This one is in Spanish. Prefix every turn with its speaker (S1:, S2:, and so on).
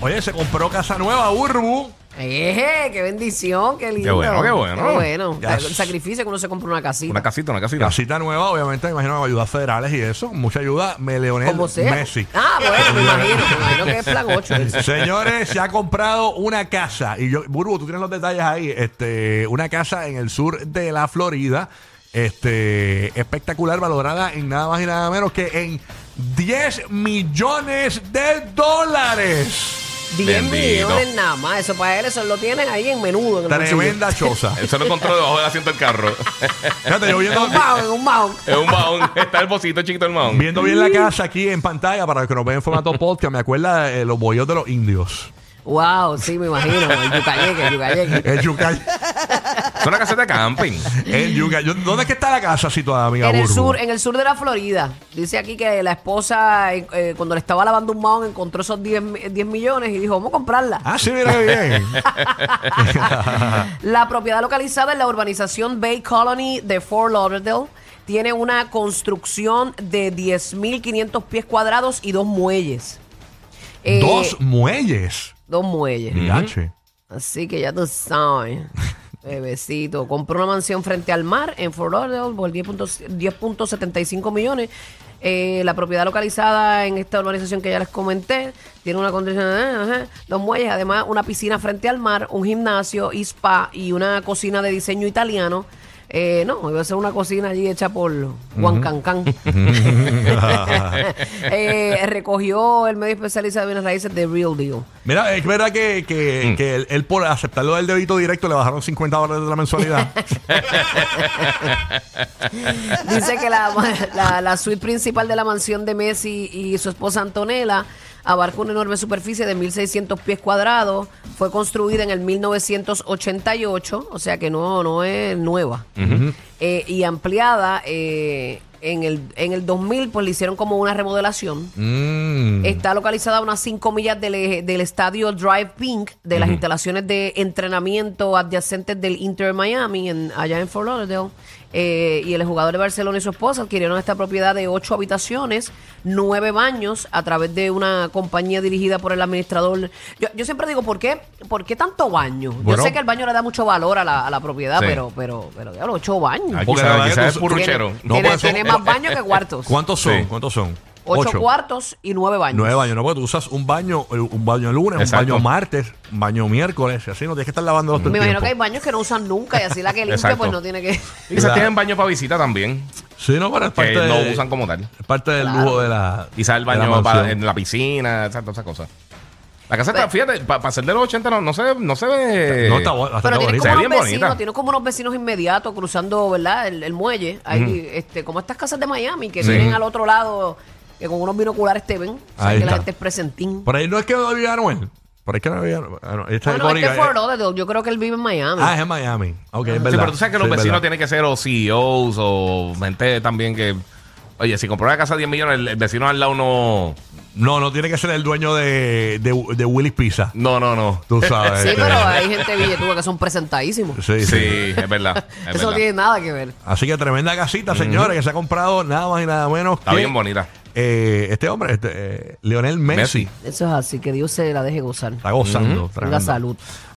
S1: Oye, se compró casa nueva, Urbu.
S2: ¡Eh! ¡Qué bendición! ¡Qué lindo!
S3: Qué bueno, qué bueno.
S2: Qué bueno.
S1: Ya.
S2: El sacrificio que uno se compra una casita.
S3: Una casita, una casita.
S1: Casita nueva, obviamente, me imagino, ayudas federales y eso. Mucha ayuda, me Leonel
S2: Como sea.
S1: Messi.
S2: Ah, bueno, me imagino. Me imagino que es plan 8.
S1: Señores, se ha comprado una casa. Y yo, Burbu, tú tienes los detalles ahí. Este, una casa en el sur de la Florida. Este, espectacular, valorada en nada más y nada menos que en 10 millones de dólares.
S2: 10
S3: Bendito.
S2: millones nada más. Eso para él, eso lo tienen ahí en menudo. En el bolsillo.
S1: Tremenda choza.
S3: Eso lo encontró debajo del asiento del carro.
S1: Fíjate, yo viendo,
S2: Un bajo, en un bajo.
S3: es un mahón. Está el bocito chiquito del mahón.
S1: viendo bien la casa aquí en pantalla para los que nos ven en formato podcast, me acuerda de los bollos de los indios.
S2: Wow, sí, me imagino. El yucayeque, el yucayeque.
S1: El yucal.
S3: Es una caseta de camping.
S1: El yucal. Yo- ¿Dónde es que está la casa situada, amiga
S2: En el,
S1: Burbu?
S2: sur, en el sur de la Florida. Dice aquí que la esposa, eh, eh, cuando le estaba lavando un mahón, encontró esos 10, mi- 10 millones y dijo, vamos a comprarla.
S1: Ah, sí, mira qué bien.
S2: La propiedad localizada en la urbanización Bay Colony de Fort Lauderdale tiene una construcción de 10.500 pies cuadrados y dos muelles. Eh,
S1: Dos Mm. muelles.
S2: Dos muelles.
S1: Yache.
S2: Así que ya tú sabes. Bebecito, compró una mansión frente al mar en Fort Lauderdale por 10.75 10.75 millones. Eh, la propiedad localizada en esta urbanización que ya les comenté tiene una condición de dos muelles, además una piscina frente al mar, un gimnasio y spa y una cocina de diseño italiano. Eh, no, iba a ser una cocina allí hecha por Juan Cancán. Eh, recogió el medio especializado de bienes raíces de Real Deal.
S1: Mira, es verdad que, que,
S3: Mm.
S1: que él, él por aceptarlo del débito directo le bajaron 50 dólares de la mensualidad.
S2: Dice que la, la- la suite principal de la mansión de Messi y su esposa Antonella abarca una enorme superficie de 1.600 pies cuadrados. Fue construida en el 1988, o sea que no, no es nueva. Eh, y ampliada eh, en, el, en el 2000, pues le hicieron como una remodelación.
S1: Mm.
S2: Está localizada a unas 5 millas del, eje- del estadio Drive Pink, de las instalaciones de entrenamiento adyacentes del Inter Miami, en, allá en Fort Lauderdale. Eh, y el jugador de Barcelona y su esposa adquirieron esta propiedad de 8 habitaciones, 9 baños, a través de una compañía dirigida por el administrador. Yo, yo siempre digo, ¿por qué, ¿por qué tanto baño?
S1: Bueno.
S2: yo sé que el baño le da mucho valor a la, a la propiedad,
S3: Sí.
S2: pero, pero, pero, diablo, 8 baños.
S3: Ay,
S1: Porque
S3: Quizás-
S1: la verdad
S3: quizás
S1: que
S3: es
S1: tú-
S3: puro
S1: tú-
S3: puchero.
S2: Tiene,
S1: No,
S2: tiene-
S1: pues, son- eh,
S2: tiene más baños que cuartos.
S1: ¿Cuántos son?
S3: Sí.
S1: ¿Cuántos son?
S2: 8 cuartos y 9 baños.
S1: Nueve baños. No, porque tú usas un baño, eh, un baño el lunes,
S3: Exacto.
S1: un baño martes, un baño miércoles, y así no tienes que estar lavando los
S2: Me imagino que hay baños que no usan nunca y así la que limpia
S3: Exacto.
S2: pues no tiene que...
S3: Y quizás tienen baño para visita también.
S1: Sí, no, pero es
S3: Que
S1: parte,
S3: no
S1: de-
S3: usan como tal.
S1: es parte del lujo de la.
S3: Quizás el
S1: de la
S3: baño para-
S1: mansión.
S3: en la piscina, esas- todas esas cosas. La casa
S2: Pues-
S3: está, fíjate, para ser de los 80 no, no se, no se ve.
S1: No, está, bu- está
S2: Pero tiene
S1: bonito.
S3: Se
S2: como,
S3: ve
S2: unos
S3: bien
S2: vecinos,
S3: bonita.
S2: tiene como unos vecinos inmediatos cruzando, ¿verdad? El, el muelle. Ahí, este, como estas casas de Miami que
S3: Sí.
S2: tienen al otro lado, que con unos binoculares te ven. O sea,
S1: Ahí
S2: que la
S1: está.
S2: gente es presentín.
S1: Por ahí no es que vivía Anuel. Por ahí es que no vivía Anuel. Ah, no, esta
S2: Ah,
S1: es
S2: no, este
S1: Borica,
S2: es Fort
S1: eh.
S2: Lauderdale. Yo creo que él vive en Miami.
S1: Ah, es en Miami. Ok, es verdad.
S3: Sí, pero tú sabes que los
S1: Sí, es
S3: vecinos
S1: verdad.
S3: tienen que ser o CEOs o gente también que. Oye, si compró una casa de 10 millones, el, el vecino al lado no.
S1: No, no tiene que ser el dueño de, de, de Willy's Pizza.
S3: No, no, no.
S1: Tú sabes.
S2: sí,
S1: este.
S2: pero hay gente billetuda que son presentadísimos.
S1: Sí, sí.
S3: Sí, es verdad. es
S2: Eso no
S3: verdad.
S2: tiene nada que ver.
S1: Así que tremenda casita, señores, que se ha comprado nada más y nada menos
S3: Está
S1: que,
S3: bien bonita.
S1: eh, este hombre, este, eh, Leonel Messi,
S3: Messi.
S2: Eso es así, que Dios se la deje gozar.
S1: está gozando. tremendo.
S2: Tenga salud.